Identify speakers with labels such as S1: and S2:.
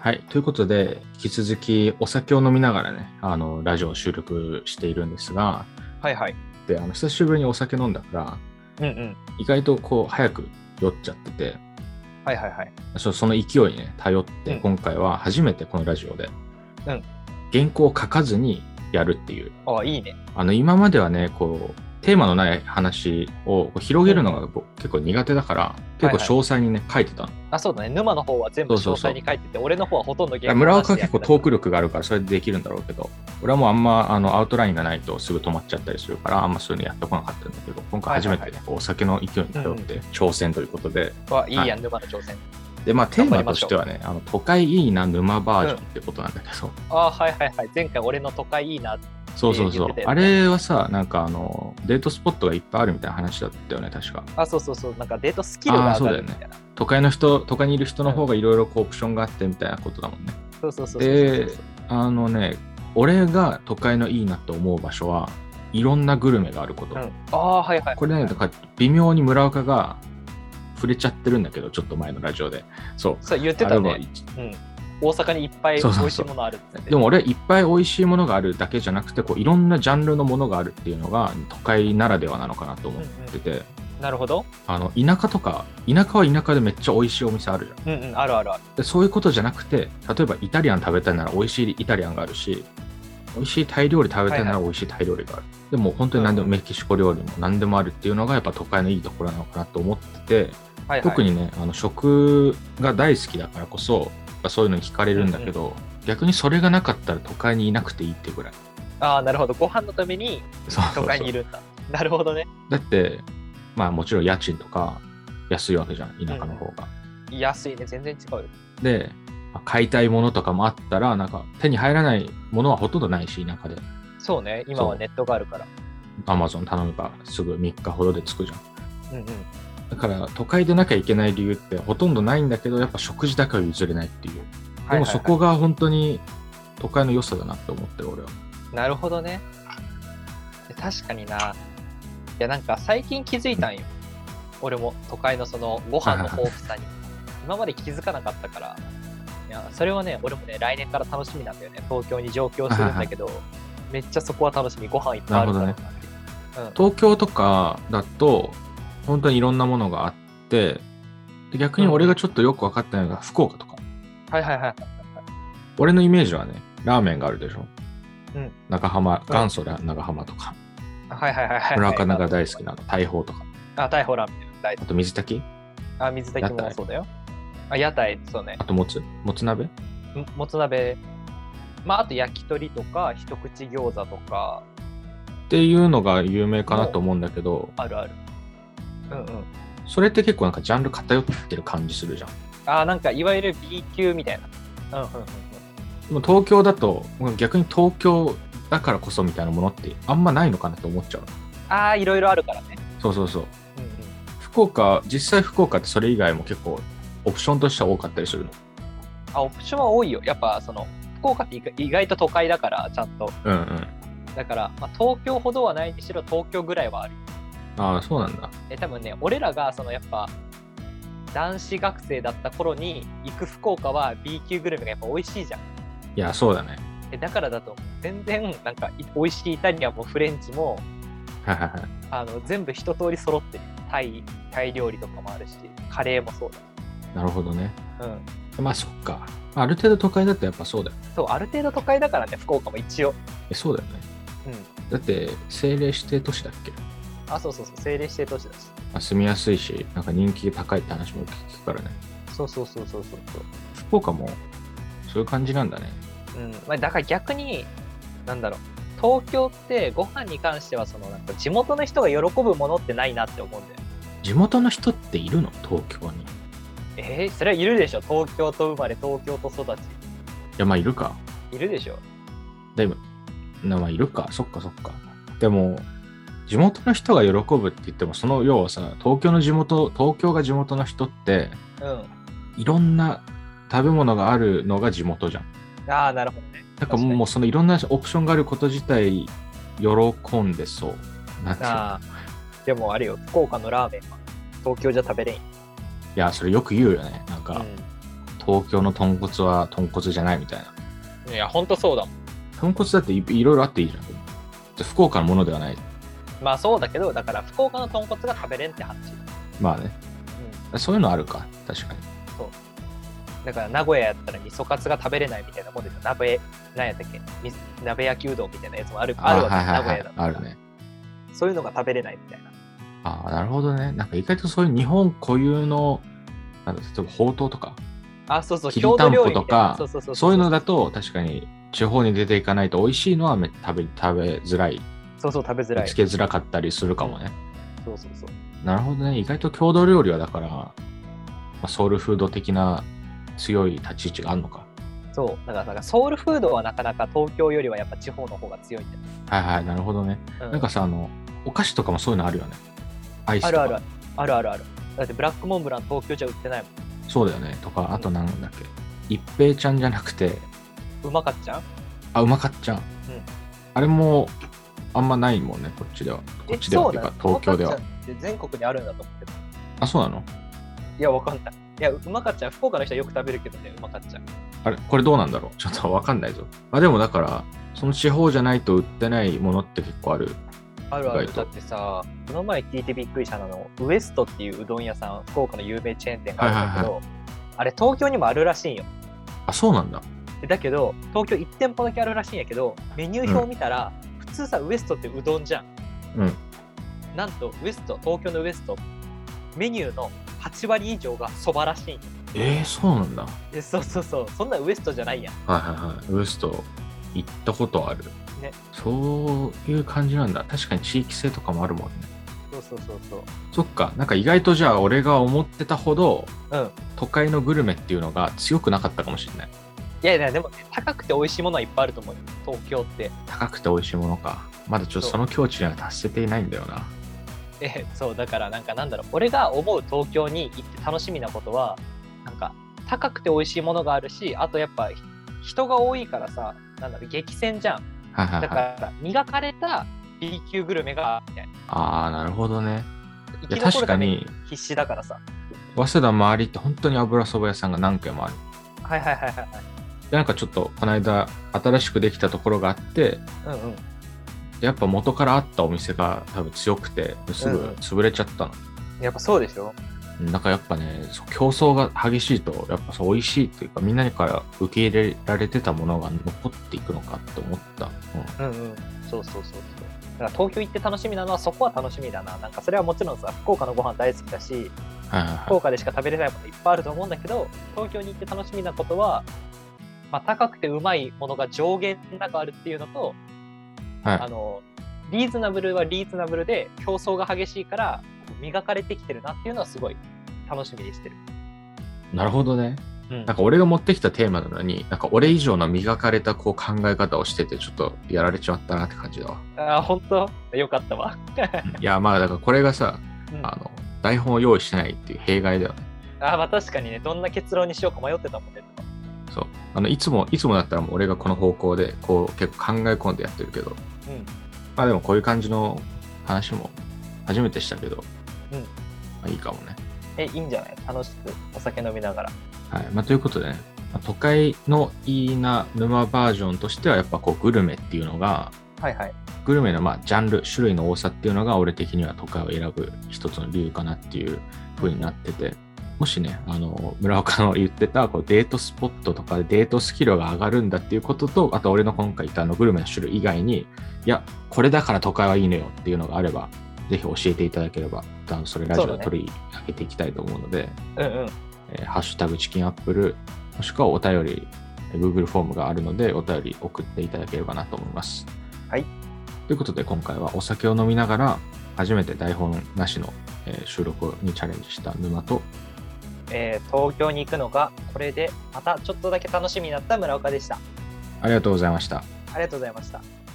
S1: はい。ということで、引き続きお酒を飲みながらね、あの、ラジオを収録しているんですが、
S2: はいはい。
S1: で、あの、久しぶりにお酒飲んだから、
S2: うんうん。
S1: 意外とこう、早く酔っちゃってて、
S2: はいはいはい。
S1: そその勢いにね、頼って、
S2: うん
S1: 今回は初めてこのラジオで、
S2: うん
S1: 原稿を書かずにやるっていう。
S2: ああ、いいね。
S1: あの、今まではね、こう、テーマのない話をこう広げるのが僕結構苦手だから、結構詳細にね、書いてたの。
S2: あ、そうだね。沼の方は全部詳
S1: そうそうそう
S2: 細に書いてて、俺の方はほとんど
S1: い
S2: ゲ
S1: や
S2: ーム
S1: 村岡は結構トーク力があるからそれでできるんだろうけど俺はもうあんまあのアウトラインがないとすぐ止まっちゃったりするからあんまそういうのやってこなかったんだけど今回初めてね、
S2: はいは
S1: こうお酒の勢いに頼って挑戦ということで、
S2: はいいや沼の挑戦。
S1: でまあテー
S2: 頑張
S1: マ
S2: り
S1: と
S2: まし
S1: し
S2: ょう
S1: てはねあの都会いいな沼バージョンってことなんだけど、
S2: ああ、はいはいはい。前回俺の都会いいな。
S1: そうそうそう、
S2: 言ってた
S1: あ
S2: よね
S1: れはさなんかあのデートスポットがいっぱいあるみたいな話だったよね確か
S2: あ、そうそうそう。なんかデートスキルが上がるみたいな。
S1: 都会の人都会にいる人の方がいろいろオプションがあってみたいなことだもんね
S2: そうそうそうそう
S1: であのね俺が都会のいいなと思う場所はいろんなグルメがあること、
S2: うん、ああ、はいはい。
S1: これねだから微妙に村岡が触れちゃってるんだけどちょっと前のラジオでそう
S2: そう言って
S1: あれ
S2: た
S1: も
S2: ね。うん。大阪にいっぱい美
S1: そうそうそう
S2: 味しいものあるって言って。
S1: でも俺いっぱい美味しいものがあるだけじゃなくてこういろんなジャンルのものがあるっていうのが都会ならではなのかなと思
S2: う
S1: っ
S2: ん
S1: て
S2: う
S1: て、
S2: ん、なるほど。
S1: あの田舎とか田舎は田舎でめっちゃ美味しいお店あるじゃん
S2: うんうん、あるあるある。
S1: でそういうことじゃなくて例えばイタリアン食べたいなら美味しいイタリアンがあるし美味しいタイ料理食べたいな
S2: はい
S1: ら
S2: は
S1: 美味しいタイ料理がある、でも本当に何でもメキシコ料理も何でもあるっていうのがやっぱ都会のいいところなのかなと思ってて
S2: はいはい、
S1: 特にねあの食が大好きだからこそそういうのに惹かれるんだけど、逆にそれがなかったら都会にいなくていいっていうぐらい
S2: ああ、なるほど。ご飯のために
S1: そうそうそう
S2: 都会にいるんだ。なるほどね。
S1: だってまあもちろん家賃とか安いわけじゃん田舎の方が、
S2: 安いね。全然違うよ。
S1: で、まあ買いたいものとかもあったら、なんか手に入らないものはほとんどないし、田舎で。
S2: そうね。今はネットがあるから。
S1: アマゾン頼めばすぐ3日ほどで着くじゃん。
S2: うんうん。
S1: だから都会でなきゃいけない理由ってほとんどないんだけど、やっぱ食事だけは譲れないっていう。でもそこが本当に都会の良さだなって思ってる、俺は。
S2: なるほどね。確かにな。いや、なんか最近気づいたんよ。俺も都会のそのご飯の豊富 さに。今まで気づかなかったから。いや、それはね、俺もね、来年から楽しみなんだよね。東京に上京するんだけど、めっちゃそこは楽しみ。ご飯いっぱいあるから。
S1: なる東京とかだと、本当にいろんなものがあって、で逆に俺がちょっとよく分かってないのが福岡とか。
S2: うんはいはいはい。
S1: 俺のイメージはね、ラーメンがあるでしょ。
S2: うん
S1: 長浜、元祖ラ長浜とか、
S2: はいはいはいはい。
S1: 村岡が大好きなの、大砲とか。
S2: あ、逮捕ラーメン。大好
S1: あと水炊き
S2: きあ、水炊きもそうだよ。あ、屋台、そうね
S1: あ。ともつもつ鍋
S2: ももつ鍋。まあ、あと焼き鳥とか、一口餃子とか、
S1: っていうのが有名かなと思うんだけど、
S2: あるある。うんうん。
S1: それって結構なんかジャンル偏ってる感じするじゃん。
S2: あーなんかいわゆる B 級みたいな。うんうんうんうん。
S1: でも東京だと逆に東京だからこそみたいなものってあんまないのかなと思っちゃう。
S2: ああ、いろいろあるからね。
S1: そうそうそう。
S2: うんうん、
S1: 福岡、実際福岡ってそれ以外も結構オプションとしては多かったりするの。
S2: あオプションは多いよ。やっぱその福岡って意外意外と都会だから、ちゃんと。
S1: うんうん。
S2: だから、まあ、東京ほどはないにしろ東京ぐらいはある。
S1: ああ、そうなんだ。
S2: え多分ね、俺らがそのやっぱ男子学生だった頃に行く福岡は B 級グルメがやっぱ美味しいじゃん。
S1: いや、そうだね。
S2: えだからだと思う全然なんかい美味しいイタリアンもフレンチも
S1: はいはいはい。
S2: あの全部一通り揃ってる。タイ、タイ料理とかもあるし、カレーもそう
S1: なるほどね。
S2: だ。うん。
S1: まあそっか。ある程度都会だとやっぱそうだよね。
S2: そう、ある程度都会だからね、福岡も一応。
S1: えそうだよね。
S2: うん。
S1: だって政令指定都市だっけ
S2: あ、そうそうそう、政令指定都市だし。
S1: まあ住みやすいし、なんか人気高いって話も聞くからね。
S2: そうそうそうそうそうそ
S1: 福岡もそういう感じなんだね。
S2: う。うん。まあ、だから逆に、なんだろう。東京ってご飯に関しては、そのなんか地元の人が喜ぶものってないなって思うんだよ。
S1: 地元の人っているの東京に。い
S2: えー、それはいるでしょ東京と生まれ、東京と育
S1: や、まあいるか。
S2: ち。いるでしょ
S1: でも、なまあいるか。そっかそっか。でも、地元の人が喜ぶって言っても、その要はさ、東京の地元、東京が地元の人って、
S2: うん。
S1: いろんな食べ物があるのが地元じゃん。
S2: ああ、なるほどね。
S1: なん
S2: 確
S1: か
S2: かに
S1: もうそのいろんなオプションがあること自体、喜んでそう。なんていうの
S2: ああ。 でもあれよ、福岡のラーメンは東京じゃ食べれんよ。
S1: いや、それよく言うよね。なんか、
S2: うん
S1: 東京の豚骨は豚骨じゃないみたいな。
S2: いや、ほんとそうだもん。
S1: 豚骨だっていいろいろあっていいじゃん。じゃ福岡のものではない。
S2: まあそうだけど、だから福岡の豚骨が食べれんって話。
S1: まあね。そういうのあるか、確かに。
S2: だから名古屋やったら味噌カツが食べれないみたいなもんで鍋、なんやったっけみ鍋焼きうどんみたいなやつもあるあるわけ、
S1: はいはい
S2: 名
S1: は
S2: 古屋
S1: い
S2: だ。った
S1: あ
S2: ら
S1: るね。
S2: そういうのが食べれないみたいな。
S1: ああ、なるほどね。なんか意外とそういう日本固有の、なんだ例えばほうとうとか、
S2: あ、そうそう、
S1: きりたんぽ
S2: 郷土料理みたいな
S1: とか
S2: そうそうそう
S1: そういうのだと確かに地方に出ていかないと美味しいのはめ食べ食べづらい、
S2: そうそう、食べづ
S1: 見
S2: らい。
S1: つ
S2: そう
S1: けづらかったりするかもね。
S2: そうそう。
S1: なるほどね。意外と郷土料理はだから、まあ、ソウルフード的な強い立ち位置があるのか。
S2: そう、だからなんかソウルフードはなかなか東京よりはやっぱ地方の方が強いんだよ。
S1: はいはい、なるほどね。
S2: う
S1: なんかさ、あの、お菓子とかもそういうのあるよね。アイスと
S2: あ
S1: か。
S2: るあるあるあるある。だってブラックモンブラン東京じゃ売ってないもん。
S1: そうだよね。とか、あとなんだっけ。一平ちゃんじゃなくて、
S2: うまかっちゃん
S1: あ、うまかっちゃん。あれも、あんまないもんね、こっちでは。こっちではっていうか、東京で。
S2: う
S1: は
S2: まか。っちゃんって全国にあるんだと思ってた。
S1: あ、そうなの
S2: いや、わかんない。いや、うまかっちゃん、福岡の人はよく食べるけどね、うまかっちゃん。
S1: あれこれどうなんだろうちょっとわかんないぞ。まあでもだから、その地方じゃないと売ってないものって結構ある。
S2: あるあ
S1: 意
S2: る。
S1: 外と
S2: だってさ、この前聞いてびっくりしたのはあの、ウエストっていううどん屋さん、福岡の有名チェーン店があるんだけど、あれ東京にもあるらしいんよ。
S1: あ、そうなんだ。
S2: でだけど、東京1店舗だけあるらしいんやけど、メニュー表見たら、普通さ、ウエストってうどんじゃん。
S1: うん。
S2: なんと、ウエスト、東京のウエスト、メニューの8割以上がそばらしいんよ。
S1: えー、そうなんだ。
S2: えそうそうそう、そんなウエストじゃないやん。
S1: はいはいはい。ウエスト行ったことある。
S2: ね
S1: そういう感じなんだ。確かに地域性とかもあるもんね。
S2: そうそうそうそう。
S1: そっか。なんか意外とじゃあ俺が思ってたほど
S2: うん。
S1: 都会のグルメっていうのが強くなかったかもしれない。
S2: いやいや、でも、高くて美味しいものはいっぱいあると思うよ、東京って。
S1: 高くて美味しいものか。まだちょっと
S2: そう
S1: その境地には達せていないんだよな。
S2: えそうだからなんかなんだろう俺が思う東京に行って楽しみなことはなんか高くて美味しいものがあるしあとやっぱひ人が多いからさなんだろう激戦じゃん
S1: はいはい
S2: だか
S1: はい。
S2: ら磨かれた B 級グルメがみたいな
S1: ああ、なるほどね。い
S2: 生
S1: や
S2: き残
S1: 確
S2: る
S1: か
S2: ため
S1: に
S2: に。必死だからさ
S1: 早稲田周りって本当に油そば屋さんが何軒もある
S2: はいはいはいはいはい
S1: でなんかちょっとこの間新しくできたところがあって
S2: うんうん
S1: やっぱ元からあったお店が多分強くてすぐ
S2: うんうん
S1: 潰れちゃったの、
S2: やっぱそうでしょ
S1: なんかやっぱねそう競争が激しいとやっぱそう美味しいというかみんなから受け入れられてたものが残っていくのかって思った、うん
S2: うんうんそうそうそうそうだから東京行って楽しみなのはそこは楽しみだななんかそれはもちろんさ福岡のご飯大好きだし
S1: はいはい
S2: 福
S1: はい
S2: 岡でしか食べれないものいっぱいあると思うんだけど東京に行って楽しみなことは、まあ、高くてうまいものが上限なくあるっていうのと、
S1: はい
S2: あのリーズナブルはリーズナブルで競争が激しいから磨かれてきてるなっていうのはすごい楽しみにしてる、
S1: なるほどね
S2: うん
S1: なんか俺が持ってきたテーマなのになんか俺以上の磨かれたこう考え方をしててちょっとやられちまったなって感じだわ
S2: あー本当よかった わ、
S1: いやまあだからこれがさ
S2: うん
S1: あ
S2: あ
S1: の台本を用意してないっていう弊害だよね。
S2: ーまあ確かにねどんな結論にしようか迷ってたもんね
S1: そうあのいつもいつもだったらもう俺がこの方向でこう結構考え込んでやってるけど、まあでもこういう感じの話も初めてしたけど、
S2: うん
S1: まあ、いいかもね。
S2: えいいんじゃない楽しくお酒飲みながら
S1: はいまあ、ということでね、まあ都会のいいな沼バージョンとしてはやっぱこうグルメっていうのが
S2: はいはい
S1: グルメのまあジャンル種類の多さっていうのが俺的には都会を選ぶ一つの理由かなっていう風になっててもしねあの村岡の言ってたこうデートスポットとかでデートスキルが上がるんだっていうこととあと俺の今回言ったあのグルメの種類以外にいやこれだから都会はいいのよっていうのがあればぜひ教えていただければあのそれラジオ
S2: そう
S1: で
S2: だね
S1: 取り上げていきたいと思うので
S2: うんうん
S1: えーハッシュタグチキンアップルもしくはお便り、えー Google フォームがあるのでお便り送っていただければなと思います。
S2: はい。
S1: ということで今回はお酒を飲みながら初めて台本なしの、えー収録にチャレンジした沼と
S2: えー東京に行くのがこれでまたちょっとだけ楽しみになった村岡でした。
S1: ありがとうございました。
S2: ありがとうございました。